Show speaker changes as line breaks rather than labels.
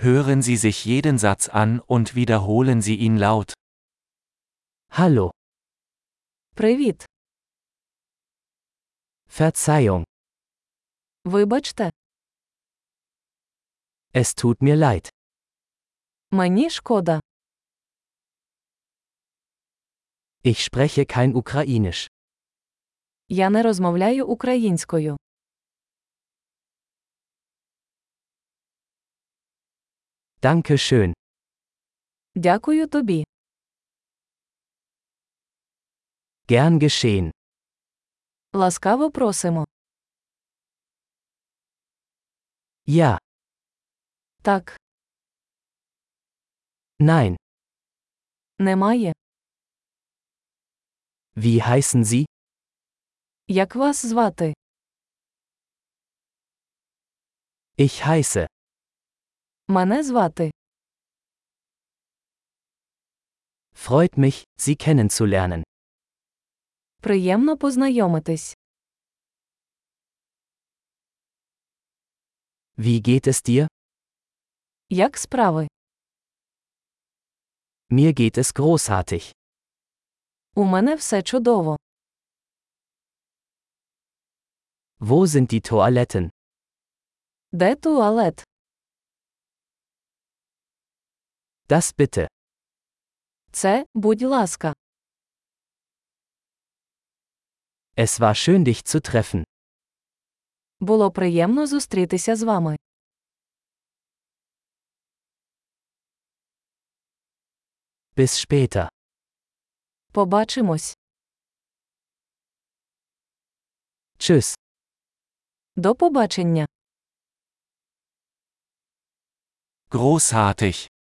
Hören Sie sich jeden Satz an und wiederholen Sie ihn laut. Hallo,
Привіт.
Verzeihung,
Вибачте,
es tut mir leid.
мені шкода.
Ich spreche kein Ukrainisch.
Я не розмовляю українською.
Danke schön.
Дякую тобі.
Gern geschehen.
Ласкаво просимо.
Ja,
Так,
nein.
немає.
Wie heißen Sie?
Як вас звати?
Ich heiße.
Мене звати.
Freut mich, Sie kennenzulernen.
Приємно познайомитись.
Wie geht es dir?
Як справи?
Mir geht es großartig.
У мене все чудово.
Wo sind die Toiletten?
Де туалет?
Das bitte.
Це, будь ласка.
Es war schön, dich zu treffen.
Було приємно зустрітися з вами.
Bis später.
Побачимось.
Tschüss.
До побачення.
Großartig!